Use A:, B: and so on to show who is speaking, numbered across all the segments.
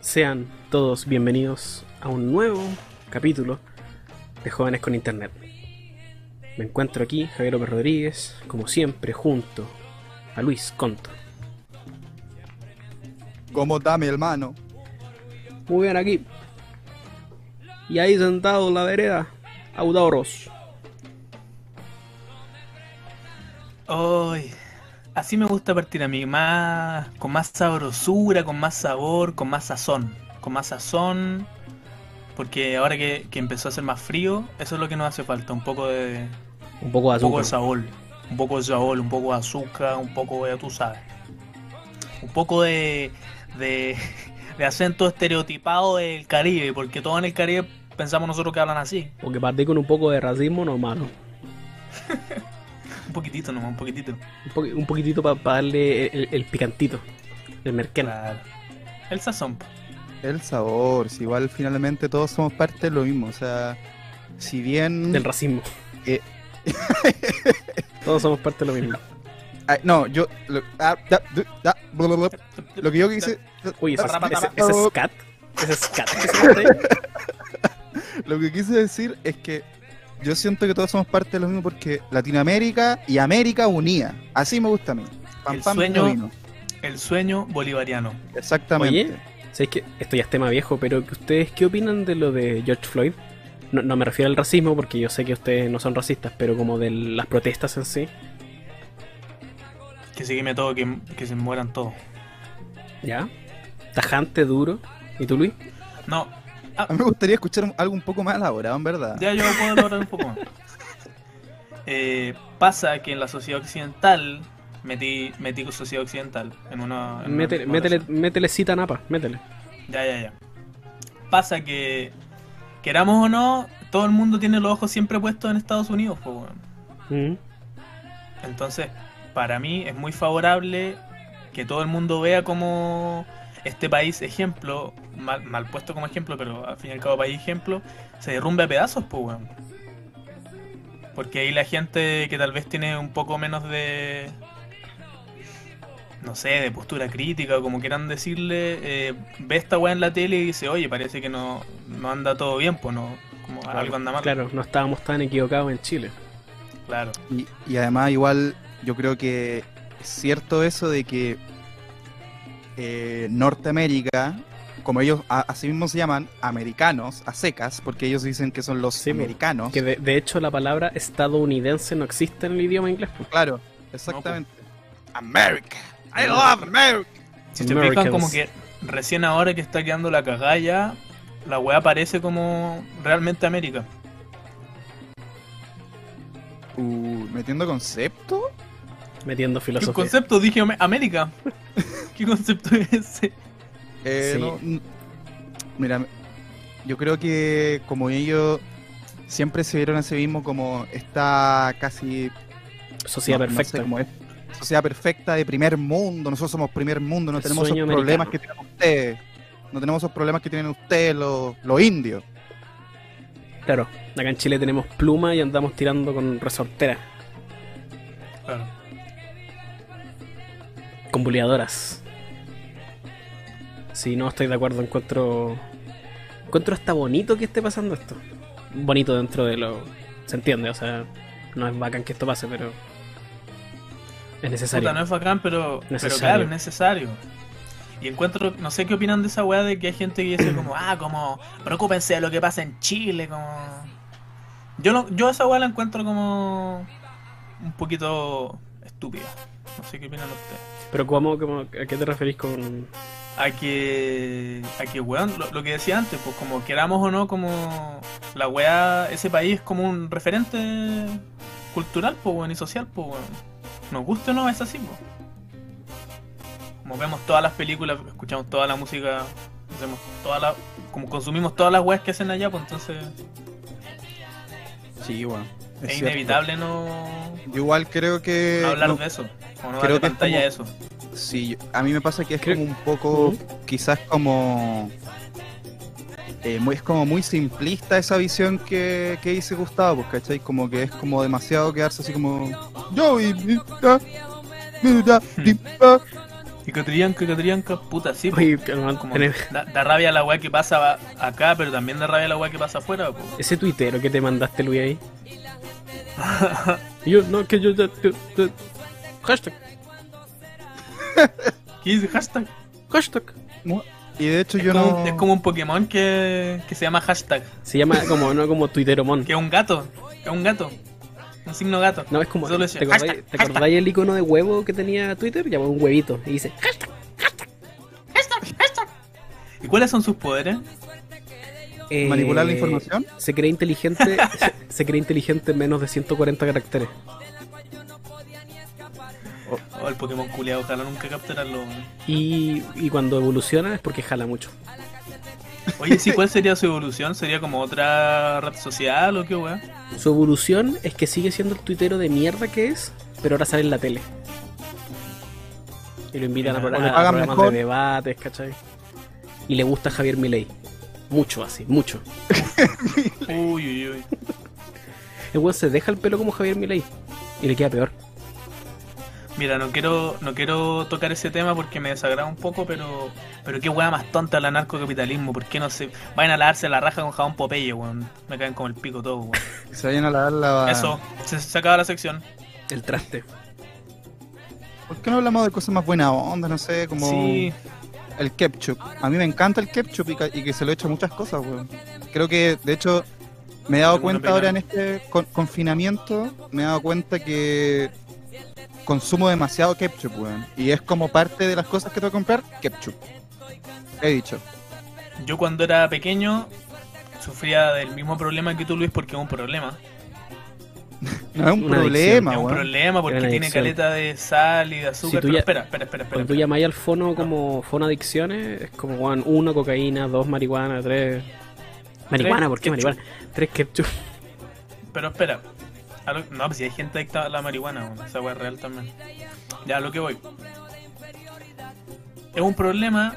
A: Sean todos bienvenidos a un nuevo capítulo de Jóvenes con Internet. Me encuentro aquí, Javier López Rodríguez, como siempre, junto a Luis Conto.
B: ¿Cómo está mi hermano?
A: Muy bien aquí. Y ahí sentado en la vereda, Audaoros.
C: Ay, así me gusta partir a mí, más, con más sabrosura, con más sabor, con más sazón. Con más sazón, porque ahora que, que empezó a hacer más frío, eso es lo que nos hace falta, un poco de,
A: Un poco de
C: un poco de
A: azúcar.
C: sabor. Un poco de sabor, un poco de azúcar, un poco de, tú sabes. Un poco de, de, de acento estereotipado del Caribe, porque todos en el Caribe pensamos nosotros que hablan así.
A: Porque partí con un poco de racismo, no malo.
C: Un poquitito nomás, un poquitito.
A: Un, po- un poquitito para darle el, el picantito, el merquén.
C: Claro. El sazón. po.
B: El sabor, si igual finalmente todos somos parte de lo mismo, o sea, si bien...
A: del racismo.
B: Eh.
A: Todos somos parte de lo mismo.
B: Ah, no, yo... Lo, ah, da- du- da- bla, bla, bla. Lo que yo quise...
A: Oye, ese,
C: Barra, barra,
A: ese,
B: barra.
A: ese scat. Ese scat que se mete ahí.
B: Lo que quise decir es que yo siento que todos somos parte de lo mismo porque Latinoamérica y América unía. Así me gusta a mí.
C: El
B: vino,
C: sueño-
B: vino.
C: El sueño bolivariano.
B: Exactamente.
A: Oye. ¿Sabéis que esto ya es tema viejo, pero que ustedes qué opinan de lo de George Floyd? No, no me refiero al racismo porque yo sé que ustedes no son racistas, pero como de las protestas en sí.
C: Que se queme todo, que, que se mueran todos.
A: ¿Ya? Tajante, duro. ¿Y tú, Luis?
C: No,
B: A mí me gustaría escuchar algo un poco más elaborado, en verdad.
C: ya yo puedo elaborar un poco más. Eh, pasa que en la sociedad occidental, metí, metí con sociedad occidental en una... en una
A: Métele, métele,
C: población.
A: métele cita a Napa, métele.
C: Ya, ya, ya. Pasa que, queramos o no, todo el mundo tiene los ojos siempre puestos en Estados Unidos, po, weón.
A: Mm.
C: Entonces, para mí es muy favorable que todo el mundo vea como este país, ejemplo, mal, mal puesto como ejemplo, pero al fin y al cabo país ejemplo, se derrumbe a pedazos, pues, weón. Porque ahí la gente que tal vez tiene un poco menos de... No sé, de postura crítica o como quieran decirle, eh, ve esta weá en la tele y dice, oye, parece que no, no anda todo bien, pues no, como algo anda mal.
A: Claro, no estábamos tan equivocados en Chile.
C: claro.
B: Y, y además igual yo creo que es cierto eso de que eh, Norteamérica, como ellos a- así mismo se llaman, americanos, a secas, porque ellos dicen que son los
A: Sí, po.
B: americanos.
A: Que de, de hecho la palabra estadounidense no existe en el idioma inglés. pues.
B: Claro, exactamente. America. I love America.
C: Si se fijan, como
A: Americans.
C: que recién ahora que está quedando la cagada ya, la weá parece como realmente América.
B: Uh, ¿Metiendo concepto?
A: Metiendo
C: ¿Qué
A: filosofía.
C: concepto? Dije Ame- América. ¿Qué concepto es ese?
B: Eh,
A: Sí.
B: no, n- mira, yo creo que como ellos siempre se vieron a sí mismos como esta casi
A: Sociedad
B: No- no sé
A: perfecta.
B: cómo es. Sociedad perfecta de primer mundo. Nosotros somos primer mundo. No
A: El
B: tenemos esos
A: sueño
B: problemas
A: americano.
B: que tienen ustedes. No tenemos esos problemas que tienen ustedes, los, los indios.
A: Claro, acá en Chile tenemos pluma y andamos tirando con resorteras,
C: Claro.
A: con buleadoras. Si no estoy de acuerdo, encuentro. Encuentro hasta bonito que esté pasando esto. Bonito dentro de lo. Se entiende, o sea, no es bacán que esto pase, pero. Es necesario.
C: Puta, no es bacán, pero, pero
A: Necesario.
C: claro, es necesario. Y encuentro, no sé qué opinan de esa weá de que hay gente que dice como, ah, como, preocupense de lo que pasa en Chile, como... Yo, no, yo esa weá la encuentro como un poquito estúpida. No sé qué opinan ustedes.
A: Pero, ¿cómo, cómo- ¿a qué te referís con.?
C: a que, a que weón, lo, lo que decía antes, pues como queramos o no, como la weá, ese país es como un referente cultural, pues weón, y social, pues weón. Nos gusta o no, es así, pues. Como vemos todas las películas, escuchamos toda la música, hacemos toda la, como consumimos todas las weas que hacen allá, pues entonces
B: Sí, bueno.
C: es, inevitable no,
B: Yo igual creo que.
C: no hablar
B: Eh, no-
C: de eso, o
B: creo
C: no darle
B: que es
C: pantalla a
B: como-
C: eso.
B: Sí, yo- a mí me pasa que es
A: Creo-
B: como un poco,
A: Ujú.
B: quizás como... eh, muy, es como muy simplista esa visión que, que dice Gustavo, pues, ¿cachai? Como que es como
C: Hmm.
B: demasiado quedarse así como... Yo y- y- da- mi- da- di- pa.
C: Y Catrillanca, Catrillanca, puta, sí. pues, po.
A: Oye, calma,
C: Como
A: tenés-
C: da, da rabia la weá que pasa acá, pero también da rabia la weá que pasa afuera. po.
A: ese tuitero que te mandaste, Luis, ahí. Y yo, no, que yo ya. yo- yo- Hashtag,
C: ¿Qué dice hashtag?
A: hashtag.
B: Y de hecho
C: Es
B: yo
C: como,
B: no...
C: es como un Pokémon que, que se llama hashtag,
A: Se llama como, no como tuiteromon.
C: que es un gato, es un gato, un signo gato.
A: No, es como. ¿Te
C: Solo decía,
A: acordáis,
C: hashtag,
A: te acordáis el icono de huevo que tenía Twitter? Llamaba un huevito y dice, hashtag.
C: ¿Y cuáles son sus poderes?
A: eh,
B: ¿Manipular la información?
A: Se cree inteligente, se, se cree inteligente en menos de 140 caracteres.
C: Oh, el Pokémon culiado, ojalá nunca capturarlo.
A: Y, y cuando evoluciona es porque jala mucho.
C: Oye, sí, ¿cuál sería su evolución? ¿Sería como otra red social o qué weá?
A: Su evolución es que sigue siendo el tuitero de mierda que es, pero ahora sale en la tele. Y lo invitan a,
C: Bueno,
A: pro-
B: le
A: a
B: pagan
A: programas
B: mejor.
A: de debates, ¿cachai? Y le gusta Javier Milei. Mucho así, mucho.
C: Uy, uy, uy.
A: El weón se deja el pelo como Javier Milei. Y le queda peor.
C: Mira, no quiero, no quiero tocar ese tema porque me desagrada un poco, pero, pero qué weá más tonta la narcocapitalismo. ¿Por qué no se vayan a lavarse la raja con jabón Popeye, weón? Me caen como el pico todo, weón.
B: Se vayan a lavar
A: Ah.
B: la...
C: Eso, se, se acaba la sección.
A: El traste.
B: ¿Por qué no hablamos de cosas más buena onda? No sé, como
C: Sí,
B: el ketchup. A mí me encanta el ketchup y, ca- y que se lo echa muchas cosas, weón. Creo que, de hecho, me he dado
C: Segunda
B: cuenta ahora en este con- confinamiento, me he dado cuenta que consumo demasiado ketchup, weón. Y es como parte de las cosas que tengo que comprar, ketchup. He dicho.
C: yo cuando era pequeño sufría del mismo problema que tú, Luis, porque es un problema.
A: Ah,
B: No es un
A: Una adicción,
B: problema,
C: es un
B: weón.
C: problema porque
A: Era una
C: tiene
A: adicción.
C: caleta de sal y de azúcar.
A: tú
C: pero
A: ya-
C: espera, espera, espera, espera.
A: Cuando tú llamáis al fono como fono adicciones, es como, weón, uno cocaína, dos marihuana, tres... Marihuana, ¿por qué
C: ketchup.
A: marihuana? Tres ketchup.
C: Pero espera. A lo- No, pues si hay gente adicta a la marihuana, weón, esa weá es real también. Ya, a lo que voy. Es un problema.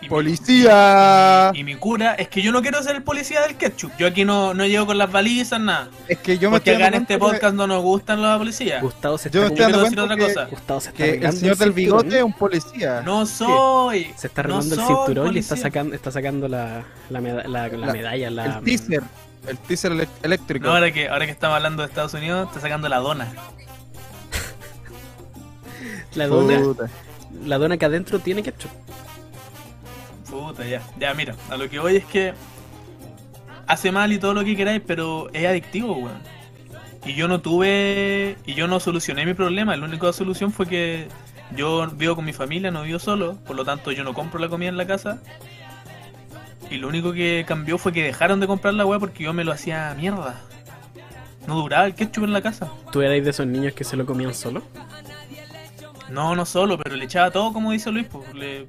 C: y mi-
B: ¡Policía!
C: Y mi cura es que yo no quiero ser el policía del ketchup. Yo aquí no, no llego con las balizas, nada.
B: Es que yo me
C: Porque
B: estoy
C: acá en
B: dando
C: este
B: cuenta que-
C: podcast no nos gustan los policías.
A: Gustavo se
B: Yo me
A: está...
B: estoy
C: Yo
A: como-
B: dando
C: quiero decir
B: cuenta
C: otra
B: que-
C: cosa.
A: Gustavo se está
B: que el
A: arreglando
B: señor del
A: cinturón.
B: bigote es un policía.
C: No soy.
A: Se está
C: no
A: arreglando el
C: soy
A: cinturón y está
C: policía.
A: sacando, está sacando la, la, meda- la- la
B: La-
A: medalla, la...
B: el teaser. El teaser elec- eléctrico.
C: No, ahora que, ahora que estamos hablando de Estados Unidos, está sacando la dona.
A: La dona,
B: Puta.
A: la dona que adentro tiene ketchup.
C: Puta, ya. Ya, mira, a lo que voy es que hace mal y todo lo que queráis, pero es adictivo, weón. Y yo no tuve. Y yo no solucioné mi problema. La única solución fue que yo vivo con mi familia, no vivo solo. Por lo tanto, yo no compro la comida en la casa. Y lo único que cambió fue que dejaron de comprar la weá porque yo me lo hacía mierda. No duraba el ketchup en la casa.
A: ¿Tú erais de esos niños que se lo comían solo?
C: No, no solo, pero le echaba todo, como dice Luis, pues, le...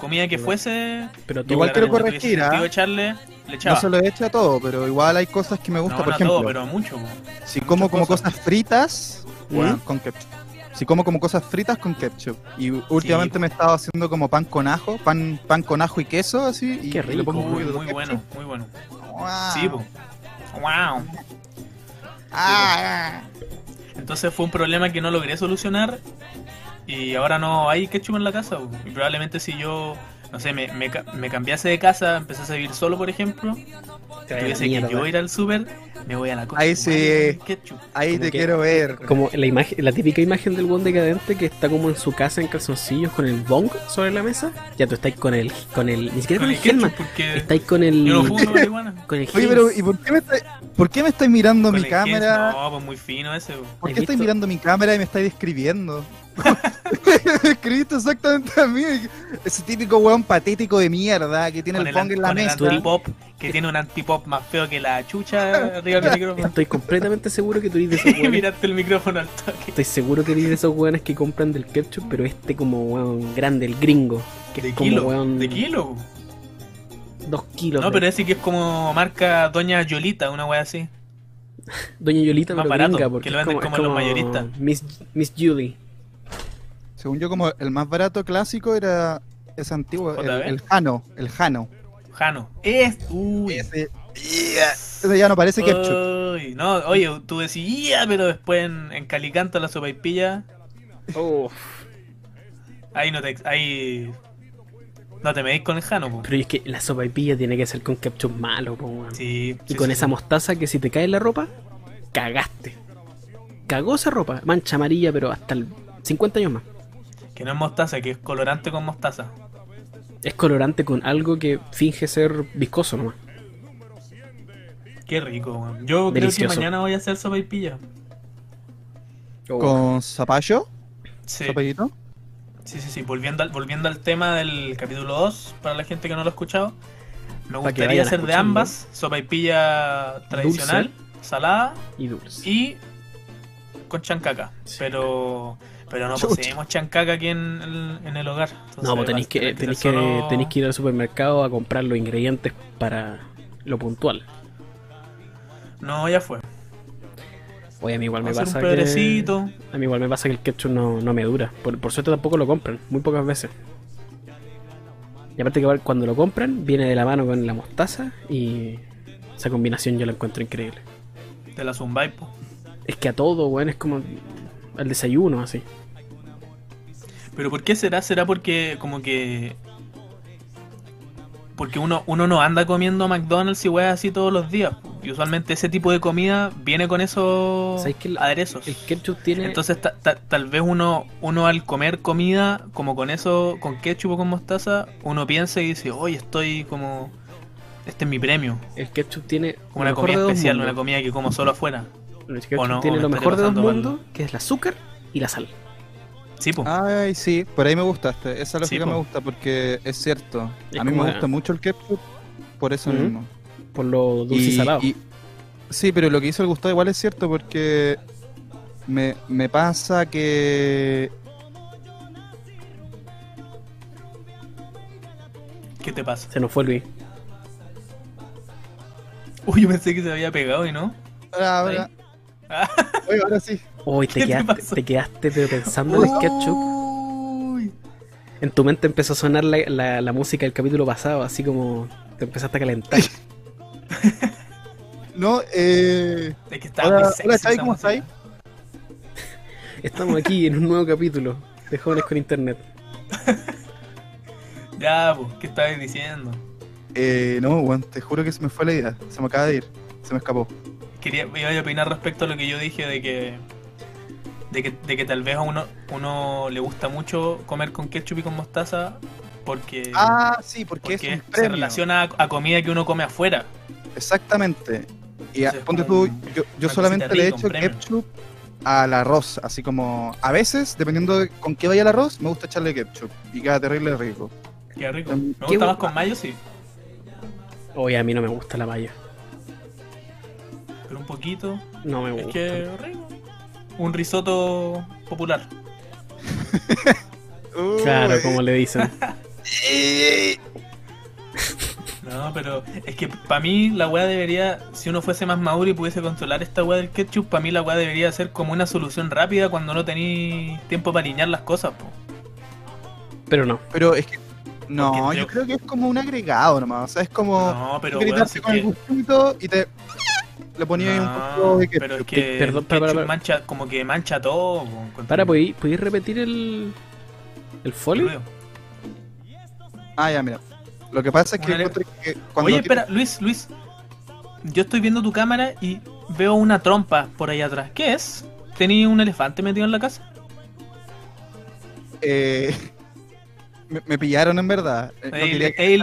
C: comida que
A: Igual.
C: fuese.
A: Pero tú,
B: Igual
C: que
B: quiero
C: lo
B: corregir, ¿ah?
C: echarle, le echaba.
B: No se lo echa todo, pero igual hay cosas que me
C: No,
B: gustan.
C: no
B: por
C: a
B: ejemplo,
C: todo, pero a mucho. po.
B: si como como
C: cosas.
B: cosas fritas,
A: ¿Mm?
B: weón, con ketchup. Si como como cosas fritas con ketchup. Y últimamente
C: Sí.
B: me he estado haciendo como pan con ajo, pan, pan con ajo y queso, así. Y,
A: Qué
B: y le
A: rico,
B: pongo un
C: Uy,
B: poquito de
C: muy
B: ketchup. Ah,
C: bueno, muy bueno.
B: Guau.
C: Sí, po. Wow.
B: Ah,
C: Entonces fue un problema que no logré solucionar y ahora no hay ketchup en la casa. po. Y probablemente si yo, no sé, me, me, ca- me cambiase de casa, empezase a vivir solo, por ejemplo,
A: Te vaya la
C: tuviese que
A: mierda.
C: yo ir al súper, me voy a la costa.
B: Ahí sí.
C: Ketchup.
B: ahí
A: Como
B: te
A: que-
B: quiero ver.
A: Como la, imagen, la típica imagen del buen decadente que está como en su casa en calzoncillos con el bong sobre la mesa. Ya tú estáis con el, con el, ni siquiera con
C: Con el
A: el Helman,
C: ketchup, porque
A: estáis con el,
C: yo no fumo marihuana.
A: con el
B: Oye,
A: Hellman.
B: pero ¿y por qué me estáis por qué me estáis mirando
C: Con
B: mi
C: el Hellman,
B: cámara?
C: No, pues muy fino ese. po.
B: ¿Por
A: ¿Has
B: qué estáis
A: visto?
B: mirando mi cámara y me estáis describiendo? Me Describiste exactamente a mí. Ese típico weón patético de mierda que tiene
C: Con
B: el
C: el,
B: pong en la
C: con el
B: mesa.
C: antipop, que tiene un antipop más feo que la chucha arriba del micrófono.
A: Estoy completamente seguro que tú eres de esos
C: Y
A: hueones-
C: miraste el micrófono al toque.
A: Estoy seguro que eres de esos weones que compran del ketchup, pero este como weón grande, el gringo. Que
C: De
A: es como
C: kilo,
A: weón
C: de kilo.
A: dos kilos.
C: No,
A: de-
C: pero ese que es como marca Doña Yolita, una wea así.
A: Doña Yolita
C: Más
A: pero
C: barato,
A: gringa,
C: que
A: porque
C: lo
A: es
C: venden
A: como, es
C: como los
A: como
C: mayoristas.
A: Miss, Miss Julie.
B: Según yo, como el más barato clásico era es antiguo, el,
C: JB.
B: el Jano. El Jano.
C: Jano. Es. Uy.
B: Ese, ese ya no parece ketchup.
C: Uy, no, oye, tú decías, pero después en, en Calicanto la sopaipilla.
A: Oh,
C: Ahí no te, ahí no te medís con el Jano, po.
A: Pero es que la sopa y pilla tiene que ser con ketchup malo, po, weón.
C: Sí,
A: y
C: sí,
A: con
C: sí,
A: esa
C: sí.
A: mostaza que si te cae en la ropa, cagaste. Cagó esa ropa, mancha amarilla, pero hasta el 50 años más.
C: Que no es mostaza, que es colorante con mostaza.
A: Es colorante con algo que finge ser viscoso nomás.
C: Qué rico, weón. Yo creo
A: Delicioso.
C: que mañana voy a hacer sopa y pilla. Oh.
B: ¿Con zapallo?
C: Uh. Sí.
B: ¿Zapallito?
C: Sí, sí, sí. Volviendo al, volviendo al tema del capítulo 2, para la gente que no lo ha escuchado,
A: Para
C: me
A: que
C: gustaría
A: vayan
C: hacer de
A: escuchando.
C: ambas, sopa y pilla tradicional, salada
A: Y dulce.
C: y con chancaca.
A: Sí.
C: Pero pero no
B: Chucha.
C: poseemos chancaca aquí en el, en el hogar. Entonces,
A: no,
C: vas
A: pues tenéis
C: a tener
A: que, tenéis
C: hacer
A: que,
C: solo-
A: tenéis que ir al supermercado a comprar los ingredientes para lo puntual.
C: No, ya fue.
A: Oye, a mí igual me
C: Vamos a hacer
A: pasa
C: un
A: que...
C: pedrecito.
A: A mí igual me pasa que el ketchup no, no me dura. Por, por suerte tampoco lo compran, muy pocas veces. Y aparte que igual cuando lo compran, viene de la mano con la mostaza y esa combinación yo la encuentro increíble.
C: De la Zumbaipo.
A: Es que a todo, weón, es como al desayuno, así.
C: ¿Pero por qué será? ¿Será porque como que... Porque uno, uno no anda comiendo McDonald's y weas así todos los días. po. Y usualmente ese tipo de comida viene con esos
A: ¿Sabes que el-
C: aderezos.
A: El ketchup tiene...
C: Entonces ta- ta- tal vez uno, uno al comer comida como con eso, con ketchup o con mostaza, uno piensa y dice, oye, estoy como... Este es mi premio.
A: el ketchup tiene
C: Como una
A: lo mejor de
C: comida
A: dos
C: especial,
A: mundos.
C: una comida que como solo afuera.
A: El ketchup
C: o no,
A: tiene
C: o me
A: lo
C: estaré
A: mejor de dos
C: pasando mal.
A: mundos, que es el azúcar y la sal.
C: Sí, pues.
A: Ah.
B: Ay, sí, por ahí me gustaste. Esa lógica
C: po.
B: me gusta porque es cierto.
A: Es
B: a mí
A: como
B: me
A: la-
B: gusta mucho el ketchup por eso
A: Ujú.
B: mismo.
A: Por lo dulce y, salado.
B: sí, pero lo que hizo el Gustavo igual es cierto porque me, me pasa que
C: ¿Qué te pasa?
A: Se nos fue Luis.
C: Uy, yo pensé que se había pegado y no.
B: Ahora, ahora,
C: Ah.
B: Oye, ahora sí.
A: Uy, te
C: ¿Qué te
A: quedaste,
C: pasó?
A: te quedaste pero pensando en el ketchup.
C: Uy.
A: En tu mente empezó a sonar la, la- la música del capítulo pasado, así como te empezaste a calentar.
B: No, eh,
C: Es que estaba
B: Hola-
C: muy sexy
B: hola, Chay,
C: esa
B: ¿cómo
C: música.
B: estáis?
A: Estamos aquí en un nuevo capítulo de Jóvenes con Internet.
C: Ya, pues, ¿qué estabas diciendo?
B: eh, no, weón, te juro que se me fue la idea. Se me acaba de ir. Se me escapó.
C: Quería, iba a opinar respecto a lo que yo dije de que, de que, de que tal vez a uno, uno le gusta mucho comer con ketchup y con mostaza porque,
B: Ah, sí, porque, es
C: porque
B: un
C: se
B: premio.
C: relaciona a, a comida que uno come afuera.
B: Exactamente. Y a-
C: Entonces,
B: ponte
C: como
B: tú,
C: un-
B: yo, yo
C: una
B: solamente
C: cosita
B: le
C: rica,
B: echo
C: un premio.
B: ketchup al arroz, así como a veces, dependiendo de con qué vaya el arroz, me gusta echarle ketchup y queda terrible rico.
C: Qué rico.
B: Mm,
C: Me
B: qué
C: gusta más
A: bu-
C: con mayo, sí,
A: Oye, a mí no me gusta la mayo.
C: pero un poquito.
A: No me gusta.
C: Es que rico. Un risotto popular.
A: Claro, como le dicen.
C: No, pero es que para mí la weá debería, si uno fuese más maduro y pudiese controlar esta weá del ketchup, para mí la weá debería ser como una solución rápida cuando no tenéis tiempo para alinear las cosas, po.
A: Pero no.
B: Pero es que no,
C: Porque
B: yo
C: creo-
B: creo que es como un agregado nomás, o sea, es como
C: No, pero
B: gritaste
C: weón, si es
B: con el
C: que-
B: gustito y te le ponías un poco
C: No,
B: de ketchup.
C: pero es que
A: Perdón, para,
C: el
A: para,
C: ketchup
A: para.
C: mancha, como que mancha todo, po, encuentro
A: Para,
C: que-
A: ¿podéis podéis repetir el. el folio?
C: ruido.
B: Ah, ya, mira. Lo que pasa es que,
C: Una le-
B: encuentro que cuando
C: Oye,
B: tiras-
C: espera, Luis, Luis. Yo estoy viendo tu cámara y veo una trompa por ahí atrás. ¿Qué es? ¿Tenía un elefante metido en la casa?
B: eh, me, me pillaron en verdad. Eh, no
C: Eh,
B: quería que-
C: eh,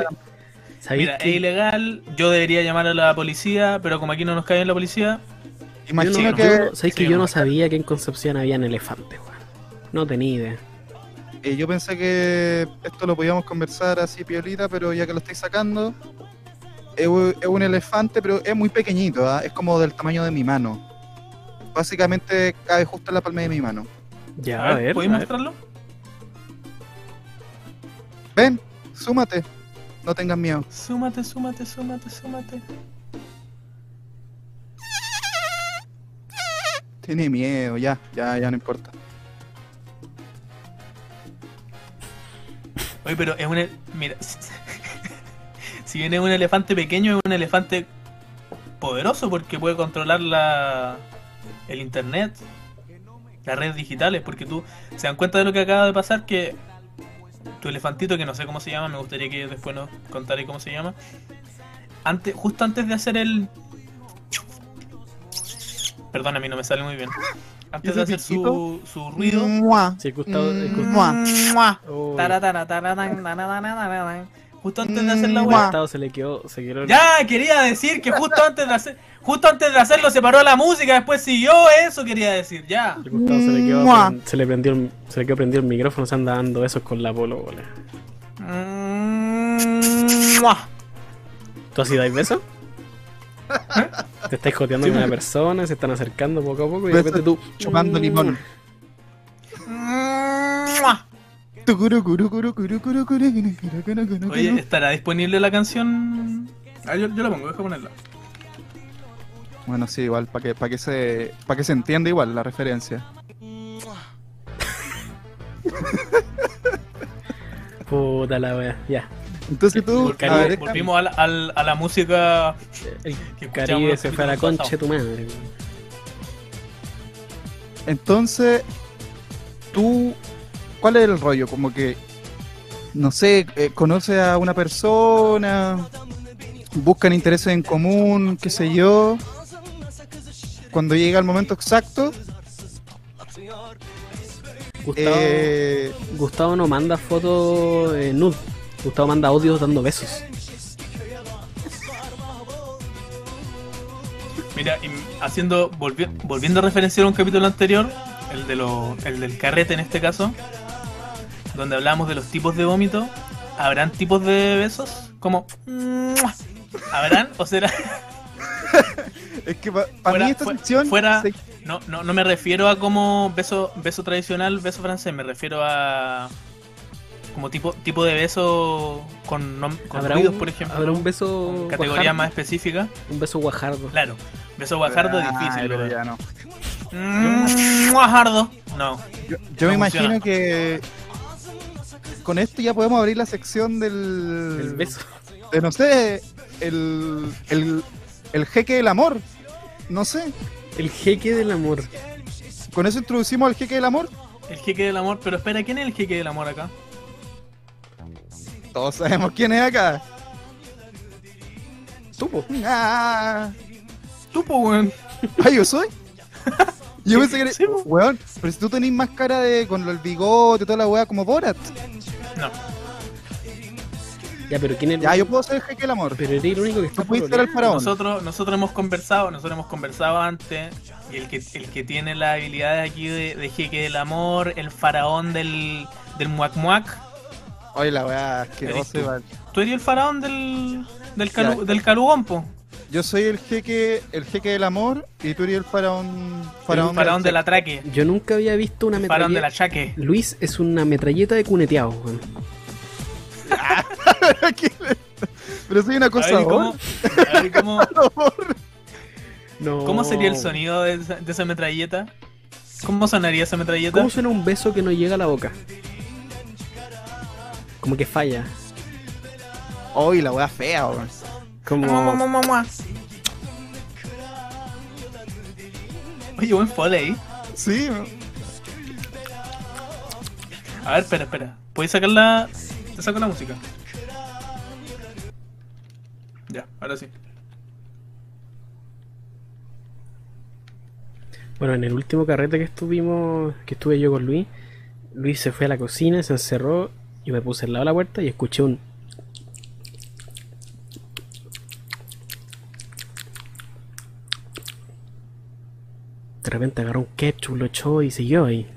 A: ¿Sabéis
C: Mira,
A: qué?
C: es ilegal, yo debería llamar a la policía, pero como aquí no nos cae en la policía,
A: Yo no-
B: Imagino
C: sí,
B: que
A: yo no- ¿sabéis que
C: sí,
A: yo no
C: no.
A: sabía que en Concepción habían elefantes, weón? No tenía idea.
B: Eh, yo pensé que esto lo podíamos conversar así piolita, pero ya que lo estáis sacando, es, u- es un elefante, pero es muy pequeñito, ¿ah? es como del tamaño de mi mano. Básicamente cabe justo en la palma de mi mano.
A: Ya,
C: a ver,
A: a
C: ¿podéis
A: ver.
C: mostrarlo?
B: Ven, súmate, no tengas miedo.
C: Súmate, súmate, súmate, súmate.
B: Tiene miedo, ya, ya, ya no importa.
C: Oye, pero es un... el- Mira, si bien es un elefante pequeño, es un elefante poderoso porque puede controlar la... el internet, las redes digitales, porque tú se dan cuenta de lo que acaba de pasar, que tu elefantito, que no sé cómo se llama, me gustaría que después nos contaré cómo se llama. Antes, justo antes de hacer el. Perdón, a mí no me sale muy bien. Antes de
B: ese
C: hacer su, su ruido.
B: ¡Mua! Mm.
A: Sí, Gustavo. eh, Gus-
B: ¡Mua! ¡Mua!
A: Oh,
C: taratara, taratán, taratán, Justo antes de hacer la
B: Mua.
C: web.
A: Gustavo se le quedó. Se quedó
C: Ya, quería decir que justo antes de hacer. Justo antes de hacerlo se paró la música, después siguió eso, quería decir, ya.
A: el Gustavo se le quedó.
B: Mua.
A: Se le, prendió el, se le quedó prendido el micrófono. Se anda dando besos con la polo, bola.
C: ¡Mua!
A: ¿Tú así dais besos? Te estáis joteando con una persona, se están acercando poco a poco y de
B: Besos
A: repente tú.
B: Chupando limón.
C: ¡Mua!
B: Tucuru, curu, curu, curu, curu, curu, curu, curu, curu, curu, curu.
C: Oye, ¿estará disponible la canción? Ah, yo, yo la pongo, deja ponerla.
B: Bueno, sí, igual, para que, pa' que se para que se entienda igual la referencia.
A: Puta la wea. Ya.
B: Entonces tú, a
A: Caribe,
B: ver,
C: Volvimos,
B: déjame-
C: volvimos a, la, al- a la música
A: El
C: que escuchamos
A: Caribe
C: los
A: se fue a la
C: capítulos
A: concha de tu madre. weón.
B: Entonces, tú, ¿cuál es el rollo? Como que, no sé, eh, conoce a una persona, buscan intereses en común, qué sé yo. Cuando llega el momento exacto,
A: Gustavo,
B: eh,
A: Gustavo no manda fotos eh, nude. Gustavo manda audios dando besos.
C: pasados. Mira, y haciendo, volvi- volviendo a referenciar un capítulo anterior, el, de lo, el del carrete en este caso, donde hablábamos de los tipos de vómito, ¿habrán tipos de besos? Como... ¡mua! ¿Habrán o será?
B: es que para
C: Fuera-
B: mí esta
C: fue-
B: sección
C: fuera-
B: se-
C: No, no, no me refiero a como beso, beso tradicional, beso francés, me refiero a como tipo, tipo de beso con, nom- con
A: ¿Habrá
C: ruidos,
A: un,
C: por ejemplo.
A: habrá un beso.
C: categoría
A: guajardo?
C: más específica.
A: Un beso guajardo.
C: Claro, beso guajardo
B: Ah,
C: difícil,
B: pero ya
C: ¿verdad?
B: no.
C: Mm, guajardo. No,
B: Yo, yo me
C: No
B: imagino
C: funciona.
B: que con esto ya podemos abrir la sección del
A: El beso.
B: de, no sé, el, el, el jeque del amor. No sé,
A: El jeque del amor.
B: con eso introducimos al jeque del amor.
C: el jeque del amor. Pero espera, ¿quién es el jeque del amor acá?
B: Todos sabemos quién es acá.
A: Tú, po.
B: Ah,
C: Tú, po, weón.
B: ah, yo soy. Yo pensé que eres-
C: Sí, po.
B: Weón, pero si tú tenés más cara de. con el bigote, toda la weá, como Borat.
C: No,
A: Ya, pero ¿quién es el
B: Ya, yo puedo ser el jeque del amor.
A: Pero eres el único que está
B: Tú pudiste ser el
A: pololeando.
B: faraón.
C: nosotros, nosotros hemos conversado, nosotros hemos conversado antes. Y el que, el que tiene la habilidad aquí de, de jeque del amor, el faraón del, del muac muac.
B: Oye, la weá, que
C: Eres
B: vos se
C: tú.
B: va-
C: Tú eres el faraón del. del, calu-
B: Ya.
C: del calugón, po.
B: Yo soy el jeque, el jeque del amor y tú eres el faraón.
C: El faraón del atraque.
A: Yo nunca había visto una
C: El faraón del
A: metralleta.
C: achaque.
A: Luis es una metralleta de cuneteado, weón.
B: Pero soy una
C: A
B: cosa.
C: ver, ¿y ¿cómo,
B: ¿no?
C: a ver, ¿cómo,
A: No.
C: cómo sería el sonido de esa, de esa metralleta? ¿Cómo sonaría esa metralleta?
A: ¿Cómo suena un beso que no llega a la boca? Como que falla.
B: Oye, la weá fea, weón.
C: Mua, mua,
A: Como.
C: mua, mua. Oye, buen foley.
B: Sí,
C: A ver, espera, espera. ¿Puedes sacar la. Te saco la música. Ya, ahora sí.
A: Bueno, en el último carrete que estuvimos, que estuve yo con Luis, Luis se fue a la cocina, se encerró, yo me puse al lado de la puerta y escuché un. De repente agarró un ketchup, lo echó y siguió ahí.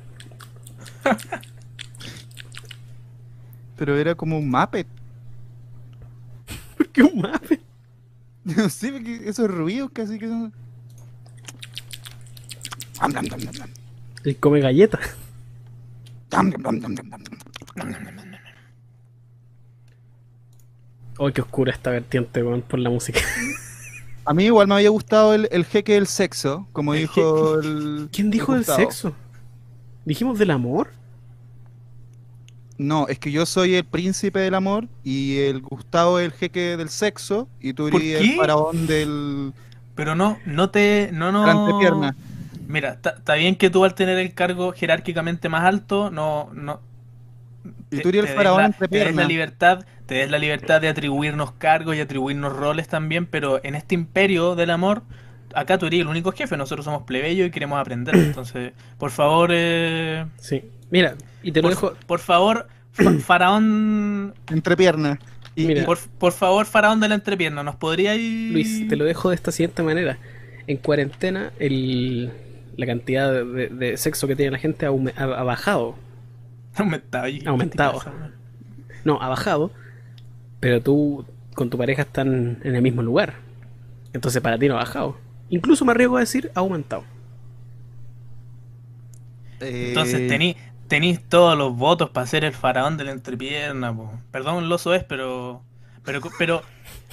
B: pero era como un mape.
A: ¿Por qué un mape?
B: No sé, porque esos ruidos casi que son. Am, dam, dam, dam, dam.
A: Él come galletas.
B: Dam, dam, dam, dam, dam, dam.
A: Oh, qué oscura esta vertiente, weón, por la música.
B: A mí igual me había gustado el, el jeque del sexo, como
C: El
B: dijo el.
A: ¿Quién dijo
B: el
A: del
B: Gustavo.
A: sexo? ¿Dijimos del amor?
B: No, es que yo soy el príncipe del amor y el Gustavo es el jeque del sexo y tú
C: ¿Por
B: eres
C: qué?
B: el faraón del.
C: Pero no, no te. No, no.
B: la antepierna.
C: Mira, está está bien que tú al tener el cargo jerárquicamente más alto, no, no,
B: Y
C: te-
B: tú eres
C: te
B: el
C: des
B: faraón
C: la-
B: entre
C: te des la
B: piernas.
C: libertad, te des la libertad de atribuirnos cargos y atribuirnos roles también, pero en este imperio del amor, acá tú eres el único jefe, nosotros somos plebeyos y queremos aprender. Entonces, por favor, eh,
A: Sí. Mira, y te lo
C: por,
A: dejo.
C: por favor, fa- faraón,
B: Entre piernas. Y,
A: Mira.
C: por, por favor, faraón de la entrepierna, ¿nos podría ir?
A: Luis, te lo dejo de esta siguiente manera. En cuarentena, el, la cantidad de, de sexo que tiene la gente ha, aume- ha- ha bajado.
C: Aumentado. y-
A: Aumentado. No, ha bajado, pero tú con tu pareja están en el mismo lugar. Entonces para ti no ha bajado. Incluso me arriesgo a decir ha aumentado.
B: eh,
C: Entonces tení- tenís todos los votos para ser el faraón de la entrepierna, po. Perdón, loso es, pero. Pero. pero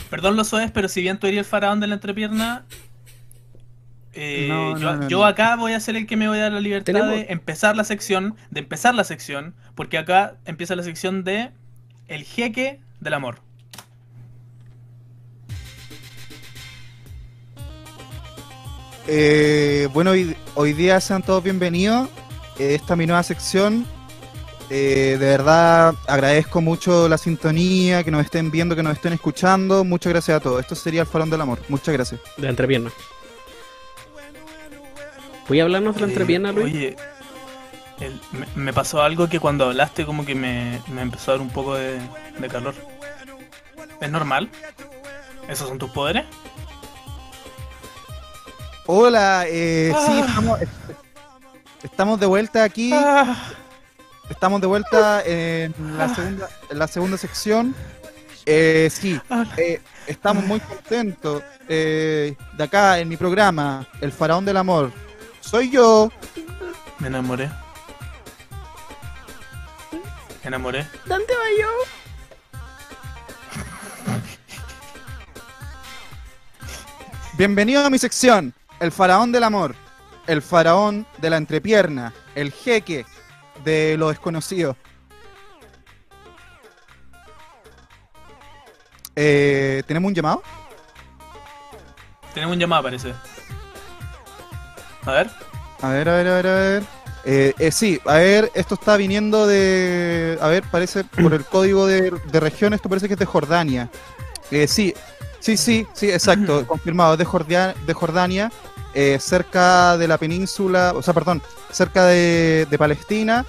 C: perdón, loso es, pero si bien tú eres el faraón de la entrepierna. eh,
B: No,
C: yo,
B: no, no,
C: yo
B: no.
C: acá voy a ser el que me voy a dar la libertad
A: Tenemos-
C: de empezar la sección, de empezar la sección, porque acá empieza la sección de el jeque del amor.
B: Eh, bueno, hoy, hoy día sean todos bienvenidos. Eh, esta es mi nueva sección. Eh, de verdad agradezco mucho la sintonía, que nos estén viendo, que nos estén escuchando. Muchas gracias a todos. Esto sería el Farón del Amor. Muchas gracias.
A: De la entrepierna. ¿Voy a hablarnos de la
B: Eh,
A: entrepierna, Luis?
C: Oye, el- me, me pasó algo que cuando hablaste como que me, me empezó a dar un poco de, de calor. ¿Es normal? ¿Esos son tus poderes?
B: Hola, eh, sí,
C: Ah.
B: estamos, estamos de vuelta aquí.
C: Ah,
B: Estamos de vuelta en la segunda, en la segunda sección. Eh, sí,
C: ah,
B: eh, estamos muy contentos eh, de acá en mi programa, El Faraón del Amor. Soy yo.
C: me enamoré. Me enamoré.
A: ¿Dónde va yo?
B: Bienvenido a mi sección, el faraón del amor, el faraón de la entrepierna, el jeque de lo desconocido. Eh, ¿Tenemos un llamado?
C: Tenemos un llamado, parece. A ver.
B: A ver, a ver, a ver, a ver. Eh, eh, sí, a ver, esto está viniendo de... A ver, parece por el código de, de región, esto parece que es de Jordania. Eh, sí, sí, sí, sí, exacto, confirmado, es de, Jordia- de Jordania, eh, cerca de la península, o sea, perdón, cerca de, de Palestina.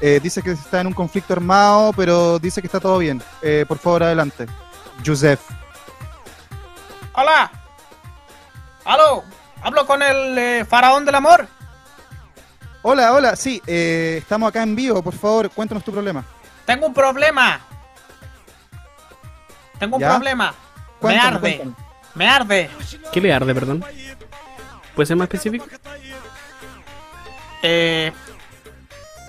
B: Eh, dice que está en un conflicto armado, pero dice que está todo bien. Eh, por favor, adelante. Joseph.
C: ¡Hola! ¡Aló! ¿Hablo con el eh, faraón del amor?
B: Hola, hola, sí, eh, estamos acá en vivo, por favor, cuéntanos tu problema.
C: Tengo un problema. Tengo
B: un ¿Ya?
C: problema.
B: Cuéntanos, cuéntanos.
C: Me arde.
A: ¿Qué le arde, perdón? ¿Puede ser más específico?
C: Eh,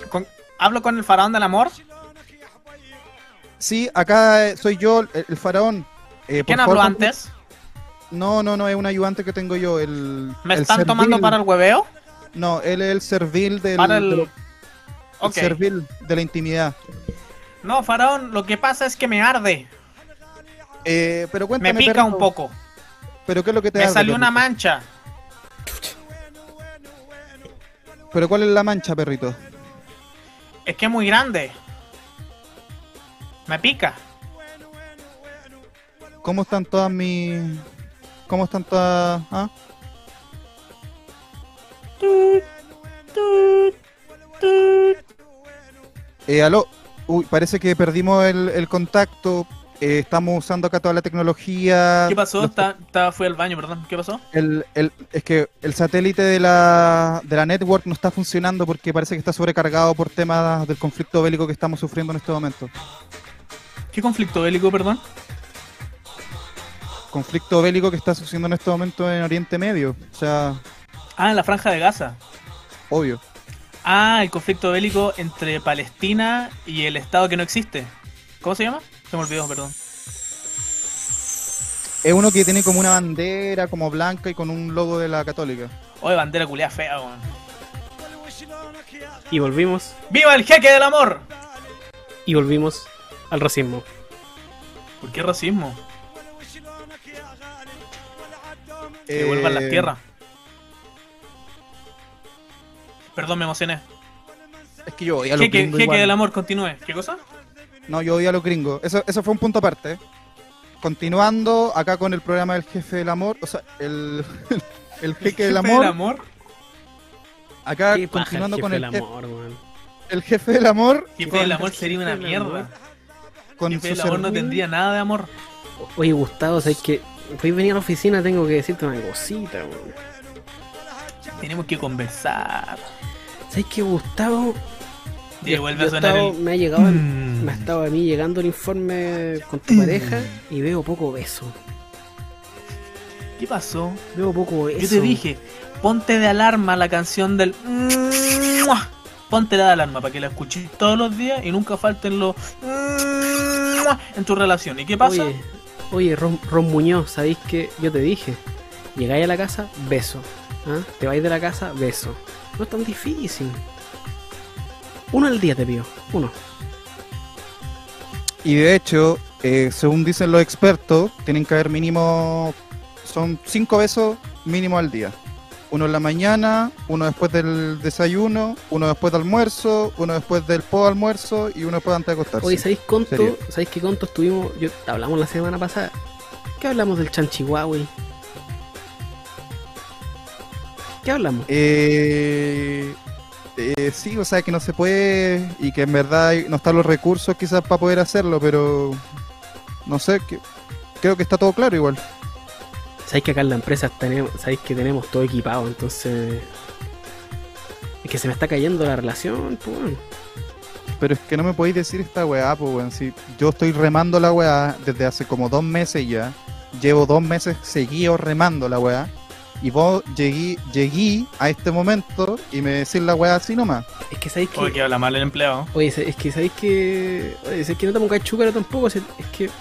C: con- ¿Hablo con el faraón del amor?
B: Sí, acá eh, soy yo, el, el faraón. Eh, por
C: ¿Quién
B: favor,
C: habló
B: con-
C: antes?
B: No, no, no, es un ayudante que tengo yo. El,
C: ¿Me
B: el
C: están tomando
B: servil.
C: para el hueveo?
B: No, él es el servil del.
C: Para el-
B: de lo- el
C: Ok.
B: servil de la intimidad.
C: No, faraón, lo que pasa es que me arde.
B: Eh, pero
C: Me
B: cuéntame.
C: pica
B: perro,
C: un poco.
B: ¿Pero qué es lo que te
C: Me
B: arde,
C: salió una
B: perrito?
C: mancha.
B: ¿Pero cuál es la mancha, perrito?
C: Es que es muy grande. Me pica.
B: ¿Cómo están todas mis. ¿Cómo están todas.? ah? Eh, aló. Uy, parece que perdimos el, el contacto. Eh, estamos usando acá toda la tecnología.
C: ¿Qué pasó?
B: Los-
C: Está, está- fui al baño, perdón. ¿Qué pasó?
B: El, el- es que el satélite de la, de la network no está funcionando porque parece que está sobrecargado por temas del conflicto bélico que estamos sufriendo en este momento.
C: ¿Qué conflicto bélico, perdón?
B: Conflicto bélico que está sucediendo en este momento en Oriente Medio. O sea,
C: Ah, en la franja de Gaza.
B: obvio.
C: Ah, el conflicto bélico entre Palestina y el Estado que no existe. ¿Cómo se llama? Se me olvidó, perdón.
B: Es uno que tiene como una bandera como blanca y con un logo de la católica.
C: Oye, bandera culiada fea, weón.
A: Y volvimos,
C: ¡Viva el jeque del amor!
A: y volvimos al racismo.
C: ¿Por qué racismo? Que
B: Eh,
C: vuelvan las tierras. Perdón, me emocioné.
B: Es que yo odio a los
C: Jeque,
B: gringos.
C: jeque
B: igual.
C: del amor, continúe. ¿Qué cosa?
B: No, yo odio a los gringos. Eso, eso fue un punto aparte. Continuando acá con el programa del jefe del amor, o sea, el, el jeque del
C: Jefe
B: amor.
C: del amor. Ah,
B: Acá
A: Qué paja el
B: continuando
A: jefe
B: con
A: del
B: el, jefe-
A: amor, weón.
B: el jefe del amor,
C: Jefe
A: Con
C: del
A: el
C: amor sería
A: jefe
C: una
A: del
C: mierda.
A: amor.
B: con
C: Jefe
B: su
C: del amor no
B: servil-
C: tendría nada de amor.
A: Oye, Gustavo, ¿sabes que Voy a venir a la oficina, tengo que decirte una cosita, weón.
C: Tenemos que conversar.
A: ¿Sabes que Gustavo?
C: Y
A: yo-
C: vuelve
A: yo
C: a sonar
A: estaba-
C: el-
A: Me ha llegado el-
C: Mm.
A: Me ha estado a mí llegando el informe con tu pareja y veo poco beso.
C: ¿Qué pasó?
A: Veo poco beso.
C: Yo te dije, ponte de alarma la canción del. ¡Mua! Ponte de alarma para que la escuches todos los días y nunca falten los. ¡Mua! en tu relación. ¿Y qué pasa?
A: Oye, oye Ron, Ron Muñoz, ¿sabéis que yo te dije? Llegáis a la casa, beso. ¿Ah? Te vais de la casa, beso. No es tan difícil. Uno al día te pido, uno.
B: Y de hecho, eh, según dicen los expertos, tienen que haber mínimo. Son cinco besos mínimo al día. Uno en la mañana, uno después del desayuno, uno después del almuerzo, uno después del post almuerzo y uno después antes de acostarse.
A: Oye, ¿sabéis conto?
B: serio.
A: ¿Sabéis qué conto estuvimos? Yo, hablamos la semana pasada. ¿Qué hablamos del chanchihuahua? ¿Qué hablamos?
B: Eh, eh, sí, o sea que no se puede y que en verdad hay- no están los recursos quizás para poder hacerlo, pero no sé, que- creo que está todo claro igual.
A: Sabéis que acá en la empresa tenemos, sabéis que tenemos todo equipado, entonces. Es que se me está cayendo la relación, pues. weón.
B: Pero es que no me podéis decir esta weá, pues weón. Si yo estoy remando la weá desde hace como dos meses ya. Llevo dos meses seguido remando la weá. Y vos llegué, llegué a este momento y me decís la weá así nomás.
A: Es que sabéis que.
C: Oye, que habla mal el empleado.
A: Oye, sa- es que sabéis que. Oye, es que no te pongáis chúcaro tampoco. se- Es que.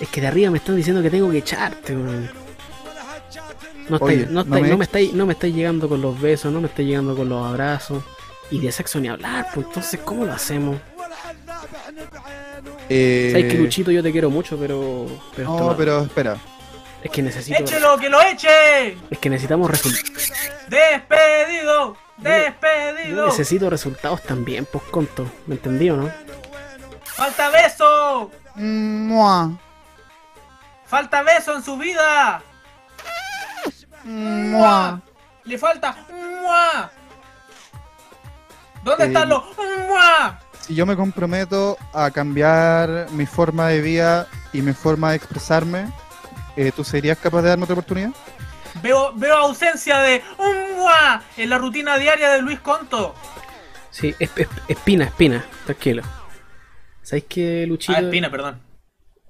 A: Es que de arriba me están diciendo que tengo que echarte, weón. No,
B: Oye,
A: estáis- no,
B: no
A: estáis-
B: me
A: no me estáis, no me estáis llegando con los besos, no me estáis llegando con los abrazos. Y de sexo ni hablar, pues entonces, ¿cómo lo hacemos?
B: Eh,
A: Sabéis que Luchito este yo te quiero mucho, pero. pero esto
B: No, pero espera.
A: Es que necesito.
C: ¡Échelo, que lo eche!
A: Es que necesitamos resultados.
C: ¡Despedido!
A: Yo
C: ¡Despedido!
A: necesito resultados también, pues conto. ¿Me entendí o no?
C: ¡Falta beso!
B: Mm, mua,
C: ¡Falta beso en su vida!
B: mm, mua.
C: ¡Le falta! ¡Mua! ¿Dónde
B: Eh,
C: están los? ¡Mua!
B: Si yo me comprometo a cambiar mi forma de vida y mi forma de expresarme, eh, ¿tú serías capaz de darme otra oportunidad?
C: Veo, veo ausencia de ¡Mua! en la rutina diaria de Luis Conto.
A: Sí, es- es- espina, espina, tranquilo. ¿Sabéis que Luchito?
C: Ah, Espina, perdón.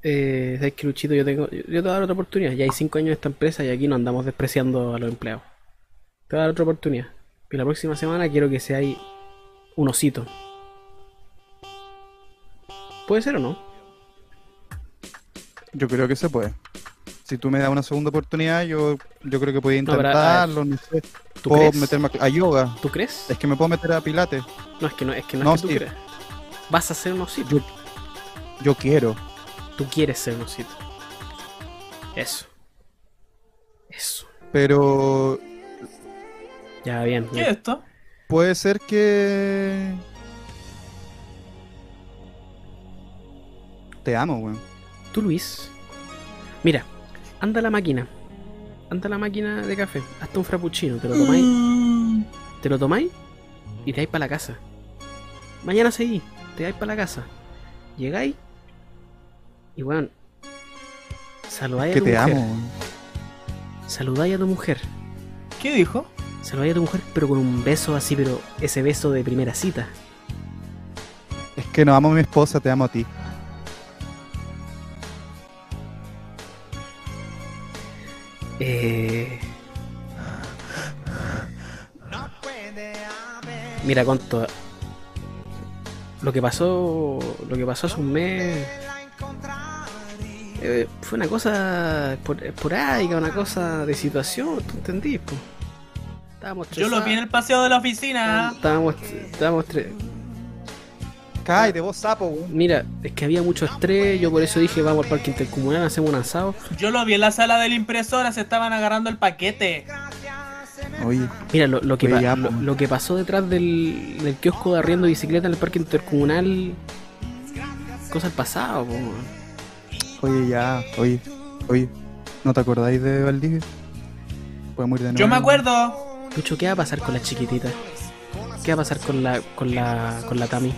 A: eh, ¿Sabéis que Luchito? Yo, tengo, yo te voy a dar otra oportunidad. Ya hay cinco años de esta empresa y aquí no andamos despreciando a los empleados. Te voy a dar otra oportunidad. Y la próxima semana quiero que seáis un osito. ¿Puede ser o no?
B: Yo creo que se puede. Si tú me das una segunda oportunidad, yo, yo creo que podía
A: No, pero, a
B: intentarlo, no sé.
A: ¿Tú
B: puedo
A: crees?
B: meterme a, a yoga.
A: ¿Tú crees?
B: Es que me puedo meter a pilates.
A: No, es que no, es que no,
B: No,
A: es que tú
B: sí.
A: creas. Vas a ser un osito.
B: Yo, yo quiero.
A: Tú quieres ser un osito. Eso. Eso.
B: Pero
A: Ya, bien.
C: ¿Qué es esto?
B: puede ser que. Te amo, weón.
A: Tú, Luis. Mira, anda a la máquina. Anda a la máquina de café. Hazte un frappuccino. Te lo tomáis.
C: Mm.
A: Te lo tomáis y te vais para la casa. Mañana seguís. Te vais para la casa. Llegáis y, bueno, saludáis
B: Que
A: a tu
B: te
A: mujer.
B: amo, weón.
A: Saludáis a tu mujer.
C: ¿Qué dijo?
A: Saludáis a tu mujer, pero con un beso así, pero ese beso de primera cita.
B: Es que no amo a mi esposa, te amo a ti.
A: Eh... Mira cuánto. Lo que pasó. Lo que pasó hace un mes. eh, fue una cosa espor- esporádica, una cosa de situación, ¿tú entendís? po? Estábamos
C: Yo lo vi
A: estresados,
C: en el paseo de la oficina.
A: Estábamos, estábamos estres-
B: Cállate, vos sapo, weón.
A: Mira, es que había mucho estrés, yo por eso dije vamos al parque intercomunal, hacemos un asado.
C: Yo lo vi en la sala de la impresora. Se estaban agarrando el paquete.
B: Oye,
A: Mira, lo, lo que,
B: Oye,
A: pa-
B: ya,
A: lo,
B: pues.
A: lo que pasó detrás del, del kiosco de arriendo de bicicleta en el parque intercomunal. Cosa del pasado, po, weón.
B: oye, ya, oye, oye. ¿No te acordáis de Valdivia? Podemos ir de nuevo.
C: Yo me acuerdo.
A: Lucho, ¿qué va a pasar con la chiquitita? ¿Qué va a pasar con la con la con la Tami?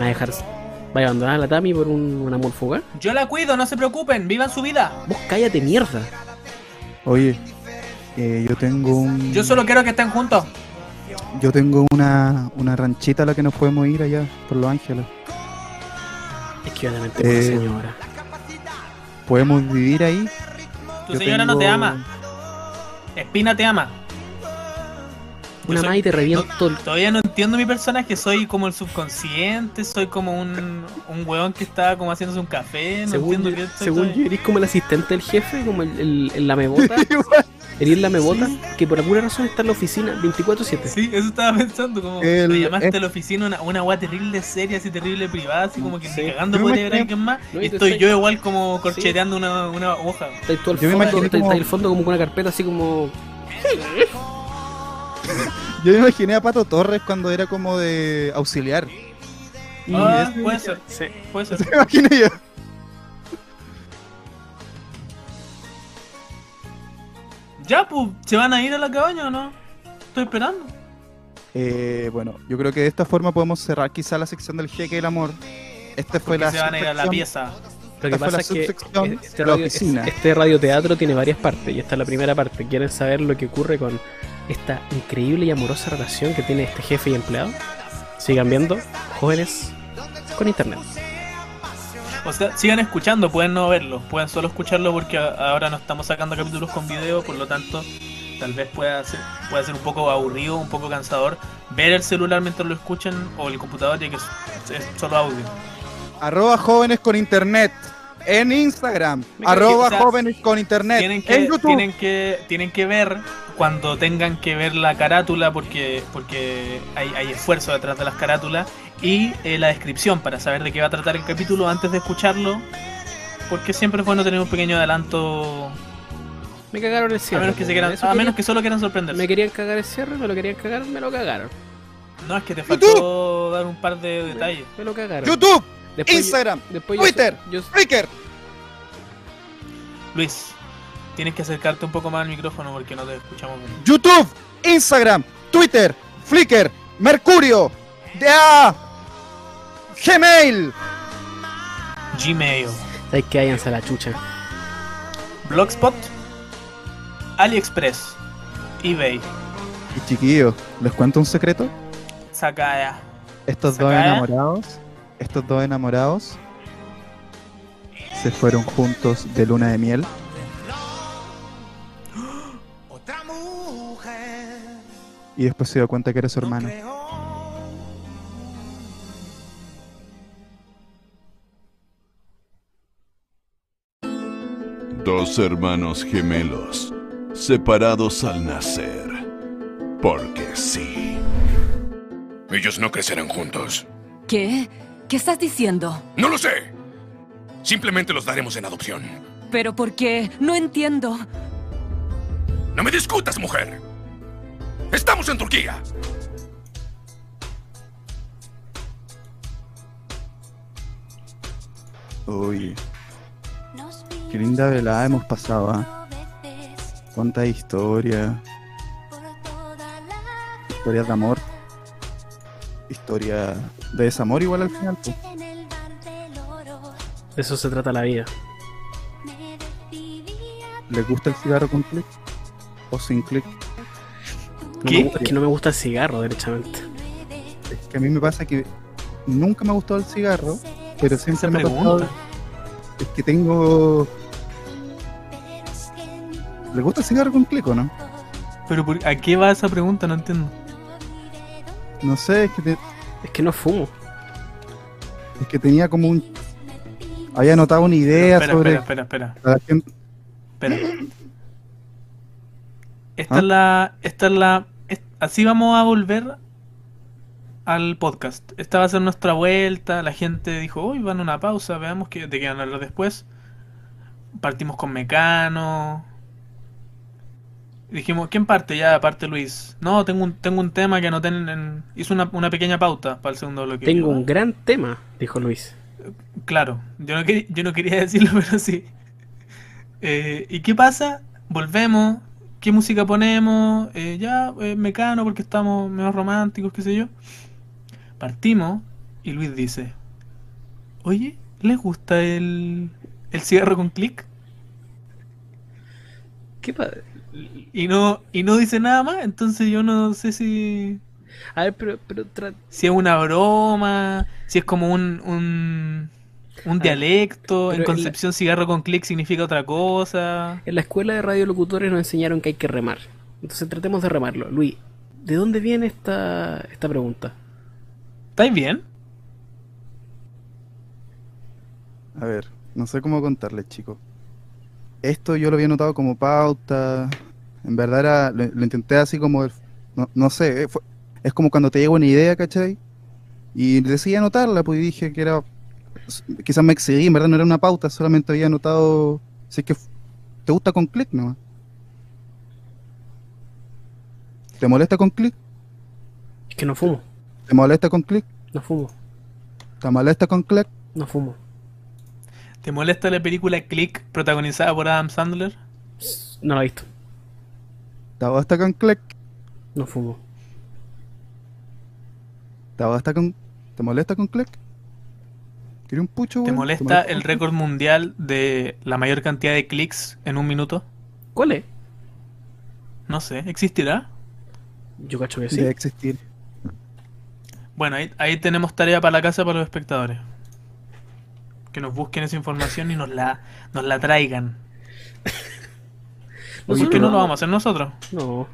A: ¿Va a dejar va a abandonar a la Tami por un, un amor fugaz?
C: Yo la cuido, no se preocupen, vivan su vida.
A: Vos cállate mierda.
B: Oye, eh, yo tengo un.
C: Yo solo quiero que estén juntos.
B: Yo tengo una, una ranchita a la que nos podemos ir allá, por Los Ángeles.
A: Es que obviamente por la
B: Eh,
A: señora.
B: Podemos vivir ahí.
C: Tu
B: Yo
C: señora no
B: tengo-
C: te ama. Espina te ama. yo
A: Una
C: soy-
A: más y te reviento el-
C: Todavía no entiendo mi personaje, soy como el subconsciente, soy como un, un weón que está como haciéndose un café, no
A: según
C: entiendo
A: yo,
C: qué estoy
A: según yo,
C: todavía.
A: eres como el asistente del jefe, como el, el, el lamebota. eres el lamebota que por alguna razón está en la oficina 24-7.
C: Sí, eso estaba pensando, como
B: El-
C: me llamaste
B: es-
C: a la oficina una, una weá terrible seria, así terrible privada, así como que
A: Sí.
C: ni cagando
B: Yo me
C: puede ver a
B: imagino-
C: alguien más,
A: No,
C: y
A: y te
C: estoy
A: estoy-
C: yo igual como corcheteando una, una hoja.
A: Estás tú al
B: Yo me
A: fondo,
B: imaginé
A: estás-
B: como-
A: estás al fondo como con una carpeta así como
B: Yo me imaginé a Pato Torres cuando era como de auxiliar. Y
C: Ah,
B: eso-
C: puede ser,
A: Sí.
C: puede ser.
B: eso me imaginé yo.
C: Ya, pues, ¿se van a ir a la cabaña o no? Estoy esperando.
B: Eh, bueno, yo creo que de esta forma podemos cerrar quizá la sección del jeque del amor. Esta fue la
C: Que se van a ir a la
B: subsección.
C: pieza.
A: Lo que
B: Esta fue
A: pasa
B: la
A: es que
B: subsección
A: este,
B: de la
A: radio,
B: oficina.
A: este radioteatro tiene varias partes y esta es la primera parte. ¿Quieren saber lo que ocurre con esta increíble y amorosa relación que tiene este jefe y empleado? Sigan viendo, jóvenes con internet.
C: O sea, sigan escuchando, pueden no verlo, pueden solo escucharlo porque a- ahora no estamos sacando capítulos con video, por lo tanto, tal vez pueda ser, pueda ser un poco aburrido, un poco cansador ver el celular mientras lo escuchan o el computador ya que es, es solo audio.
B: Arroba jóvenes con internet. En Instagram.
A: Me
B: Arroba
C: o sea,
B: jóvenes con internet.
C: Tienen que,
B: Eh, en YouTube.
C: tienen que, tienen que ver cuando tengan que ver la carátula porque, porque hay, hay esfuerzo detrás de las carátulas y eh, la descripción para saber de qué va a tratar el capítulo antes de escucharlo, porque siempre es bueno tener un pequeño adelanto
A: Me cagaron el
C: A
A: cierre.
C: menos que, se
A: po,
C: quieran,
A: eso
C: a
A: quería-
C: menos que solo quieran sorprenderse.
A: Me querían cagar el cierre, me lo querían cagar, me lo cagaron.
C: No, es que te faltó dar un par de detalles.
A: Me lo cagaron.
B: YouTube,
A: Después yo-
B: Instagram,
A: después
B: Twitter.
A: Yo, yo-
B: Flickr.
C: Luis, tienes que acercarte un poco más al micrófono porque no te escuchamos bien.
B: YouTube, Instagram, Twitter, Flickr, Mercurio, DA, Gmail.
C: Gmail,
A: ¿Sabes que Váyanse a la chucha.
C: Blogspot, AliExpress, eBay,
B: Y chiquillos, ¿les cuento un secreto?
C: Sakaya.
B: Estos dos
C: Sacada.
B: enamorados, estos dos enamorados se fueron juntos de luna de miel. Y después se dio cuenta que era su hermano.
D: Dos hermanos gemelos, separados al nacer. Porque sí.
E: Ellos no crecerán juntos.
F: ¿Qué? ¿Qué estás diciendo?
E: No lo sé. Simplemente los daremos en adopción.
F: ¿Pero por qué? No entiendo.
E: No me discutas, mujer. Estamos en Turquía.
B: Uy, qué linda velada hemos pasado, ¿ah? Cuánta historia, historias de amor, historia de desamor igual al final. pues. po.
A: De eso se trata la vida.
B: ¿Les gusta el cigarro con clic? ¿O sin clic?
A: No
C: ¿Qué?
A: me gu- es que no me gusta el cigarro, derechamente.
B: Es que a mí me pasa que nunca me ha gustado el cigarro, pero siempre
C: Esa
B: me ha
C: pregunta.
B: gustado. Es que tengo. ¿Le gusta el cigarro con clic o no?
C: Pero por- ¿a qué va esa pregunta? No entiendo.
B: No sé, es que, te-
A: Es que no fumo.
B: es que tenía como un. Había anotado una idea
C: espera,
B: sobre.
C: espera, espera, espera,
B: a la gente-
C: espera. Esta
B: ¿Ah?
C: es la. Esta es la. es- así vamos a volver al podcast. Esta va a ser nuestra vuelta. La gente dijo, uy, van a una pausa, veamos qué, de qué van a hablar después. Partimos con Mecano. dijimos, ¿quién parte ya? Parte Luis. No, tengo un, tengo un tema que anoté en... en- hice una, una pequeña pauta para el segundo bloque.
A: Tengo
C: Yo,
A: un gran tema, dijo Luis.
C: Claro, yo no, quer- yo no quería decirlo, pero sí. Eh, ¿y qué pasa? Volvemos, ¿qué música ponemos? Eh, ya, eh, Mecano, porque estamos menos románticos, qué sé yo. Partimos y Luis dice, oye, ¿les gusta el, el cigarro con clic?
A: ¿Qué pa-
C: Y no, y no dice nada más, entonces yo no sé si,
A: A ver, pero, pero tra-
C: si es una broma, si es como un, un, un
A: pero
C: dialecto. En
A: en la-
C: Concepción, cigarro con clic significa otra cosa.
A: en la escuela de radiolocutores nos enseñaron que hay que remar. Entonces tratemos de remarlo. Luis, ¿de dónde viene esta, esta pregunta?
C: ¿Estáis bien?
B: A ver, no sé cómo contarles, chicos. Esto yo lo había notado como pauta. En verdad era, lo, lo intenté así como, el- no, no sé, eh, fue- es como cuando te llega una idea, ¿cachai? Y decidí anotarla, pues y dije que era, s- quizás me excedí, en verdad no era una pauta, solamente había anotado, si es que f- te gusta con clic nomás. ¿Te molesta con clic?
A: Es que no fumo,
B: ¿Te molesta con clic?
A: no fumo,
B: ¿Te molesta con clic?
A: no fumo.
C: ¿Te molesta la película Click protagonizada por Adam Sandler?
A: Pss, No la he visto,
B: ¿Te molesta con clic?
A: no fumo.
B: ¿Te molesta con, te molesta con Clec? ¿Quieres un pucho,
C: ¿Te
B: weón?
C: molesta
B: con
C: el
B: Clec?
C: récord mundial de la mayor cantidad de clics en un minuto?
A: ¿Cuál es?
C: No sé, ¿existirá?
A: Yo cacho que sí.
B: Debe existir.
C: Bueno, ahí, ahí tenemos tarea para la casa para los espectadores. Que nos busquen esa información y nos la, nos la traigan.
A: Oye,
C: ¿Por qué
A: pero-
C: no lo vamos a hacer nosotros?
A: No.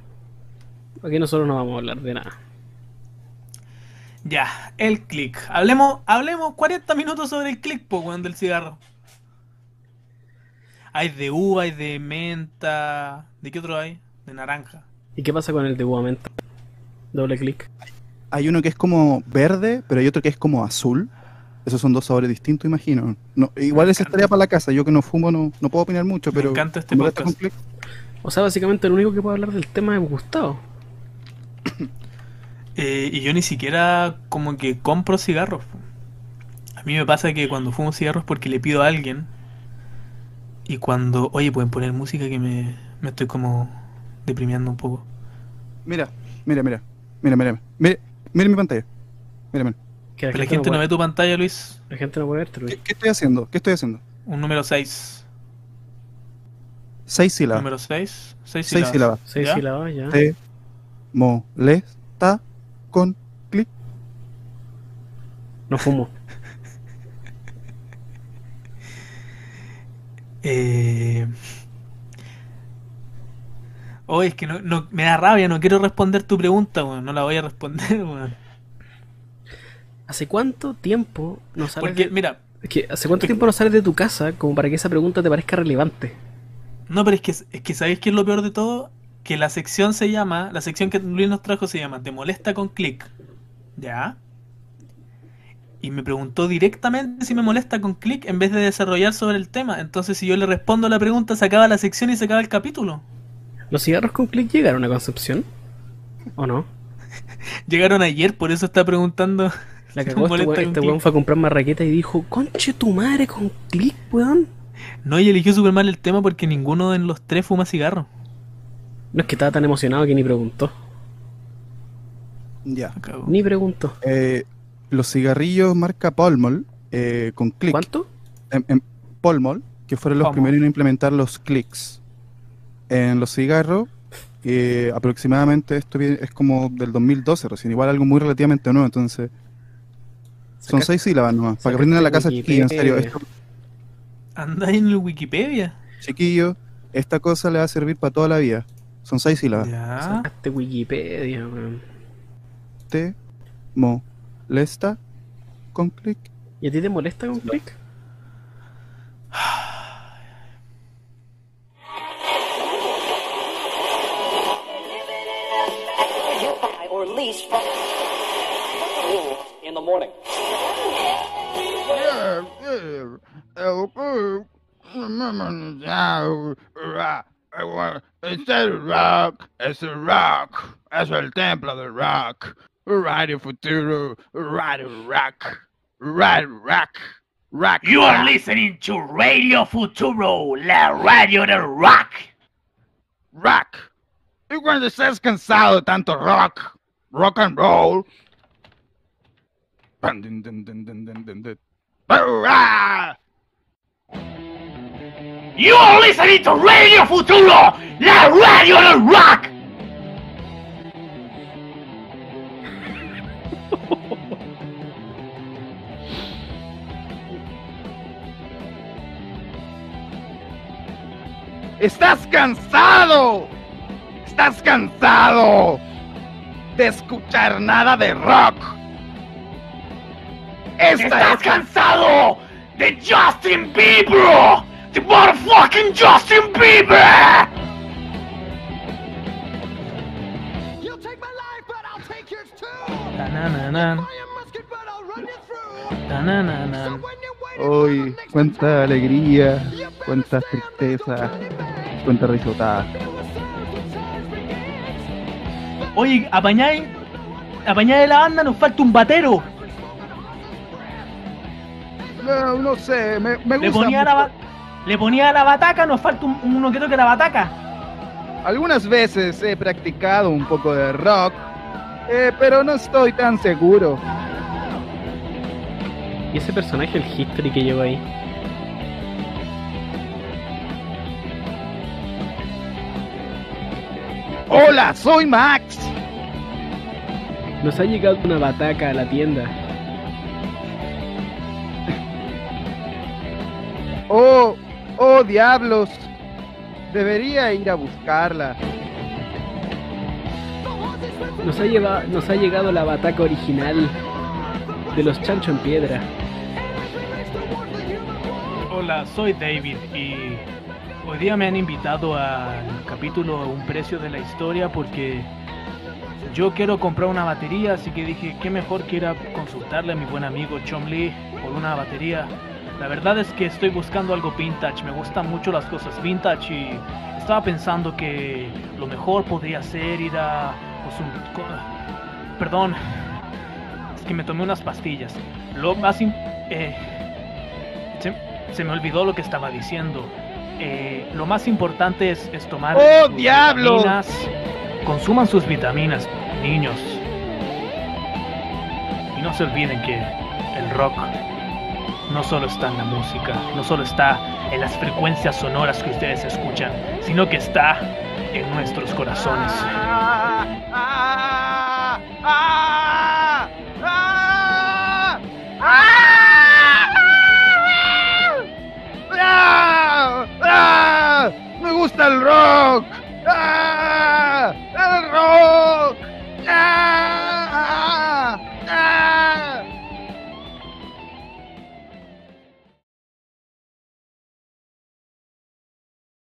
A: Aquí nosotros no vamos a hablar de nada.
C: Ya, el click. Hablemos, hablemos 40 minutos sobre el click, po, weón, del cigarro. Hay de uva, hay de menta. ¿De qué otro hay? De naranja.
A: ¿Y qué pasa con el de uva menta? Doble clic.
B: Hay uno que es como verde, pero hay otro que es como azul. Esos son dos sabores distintos, imagino. No, igual
C: Me
B: esa
C: encanta.
B: tarea para la casa. Yo que no fumo no, no puedo opinar mucho,
C: Me
B: pero.
C: encanta este
B: ¿te molesta
C: podcast.
B: Clec?
A: O sea, básicamente lo único que puedo hablar del tema es Gustavo.
C: Eh, y yo ni siquiera como que compro cigarros. po. A mí me pasa que cuando fumo cigarros porque le pido a alguien. Y cuando, oye, pueden poner música que me, me estoy como deprimiendo un poco.
B: Mira, mira, mira. Mira, mira. Mira, mira mi pantalla. Mira, mira.
A: Que la, gente
C: Pero la
A: no
C: gente no
A: puede-
C: ve tu pantalla, Luis.
A: la gente no puede verte, Luis.
B: ¿Qué, qué estoy haciendo? ¿Qué estoy haciendo?
C: Un número 6.
B: Seis sílabas.
C: Número 6. 6
B: Seis sílabas.
A: Seis
C: ¿Ya?
A: sílabas, ya.
B: Te molesta con clic.
A: No fumo.
C: Eh... Oh, es que no, no- me da rabia, no quiero responder tu pregunta, weón. No la voy a responder, weón.
A: ¿Hace cuánto tiempo no sales
C: Porque,
A: de...
C: mira,
A: es que, ¿Hace cuánto tiempo no sales de tu casa como para que esa pregunta te parezca relevante?
C: no, pero es que, es que ¿sabéis qué es lo peor de todo? Que la sección se llama, la sección que Luis nos trajo se llama Te molesta con clic. ¿Ya? Y me preguntó directamente si me molesta con clic en vez de desarrollar sobre el tema. Entonces, si yo le respondo la pregunta, se acaba la sección y se acaba el capítulo.
A: ¿Los cigarros con clic llegaron a Concepción? ¿O no?
C: Llegaron ayer, por eso está preguntando.
A: La
C: si me
A: cagó este,
C: molesta
A: weón,
C: con
A: este
C: clic.
A: weón fue a comprar marraqueta y dijo, conche tu madre con clic, weón.
C: No, y eligió súper mal el tema porque ninguno de los tres fuma cigarro.
A: No es que estaba tan emocionado que ni preguntó.
B: Ya.
A: Ni preguntó.
B: Eh, los cigarrillos marca Polmol eh, con clic.
A: ¿Cuánto?
B: en, en Polmol, que fueron los
C: Palmol.
B: primeros en implementar los clics en los cigarros. eh, aproximadamente esto viene- es como del 2012 recién, igual algo muy relativamente nuevo, entonces son
A: Sacaste-
B: seis sílabas nomás, para que
A: sacaste
B: aprendan a la casa
A: Wikipedia.
B: chiquillos, en serio, esto-
C: Andáis en el Wikipedia.
B: chiquillos, esta cosa le va a servir para toda la vida, son seis sílabas.
C: Ya.
A: Sacaste Wikipedia, weón.
B: Te molesta con clic.
A: ¿Y a ti te molesta con clic?
G: or lease from in the morning.
H: Yeah, yeah. Oh, oh, mm, mm, mm, ah, ah, It's el rock, es el rock, es el templo del rock. Radio Futuro, Radio Rock, Radio Rock, Rock.
I: You are
H: rock.
I: listening to Radio Futuro, la radio del rock.
H: rock. Y cuando estés cansado de tanto rock, rock and roll. pan, dun, dun, dun, dun, dun, dun, dun, ¡hurra!
I: You are listening to Radio Futuro, la radio del rock.
H: ¡Estás cansado! ¡Estás cansado! De escuchar nada de rock. Esta
I: ¿Estás
H: es la-
I: cansado de Justin Bieber? The motherfucking Justin Bieber!
C: Tanananan, tanananan.
B: Hoy, cuánta alegría, cuánta tristeza, cuánta risotada.
C: Oye, apañáis. Apañáis la banda, nos falta un batero.
B: No, no sé, me, me
C: Le
B: gusta.
C: ponía, la,
B: mucho.
C: ba- le ponía la bataca, nos falta un- uno que toque la bataca.
B: Algunas veces he practicado un poco de rock, eh, pero no estoy tan seguro.
A: ¿Y ese personaje, el history que lleva ahí?
B: Hola, soy Max.
A: Nos ha llegado una bataca a la tienda.
B: Oh, oh diablos. Debería ir a buscarla.
A: Nos ha, lleva- nos ha llegado la bataca original de los Chancho en Piedra.
C: Hola, soy David y hoy día me han invitado al capítulo Un precio de la historia porque yo quiero comprar una batería, así que dije, qué mejor que ir a consultarle a mi buen amigo Chom Lee por una batería. La verdad es que estoy buscando algo vintage, me gustan mucho las cosas vintage y estaba pensando que lo mejor podría ser ir a... pues, un co- perdón, es que me tomé unas pastillas. Lo más... im- eh, se, se me olvidó lo que estaba diciendo. Eh, lo más importante es, es tomar
B: ¡Oh, diablo!
C: vitaminas. Consuman sus vitaminas, niños. Y no se olviden que el rock no solo está en la música, no solo está en las frecuencias sonoras que ustedes escuchan, sino que está en nuestros corazones.
B: Ah, ah, ah, ah, ah, ah, ah. Me gusta el rock. Ah.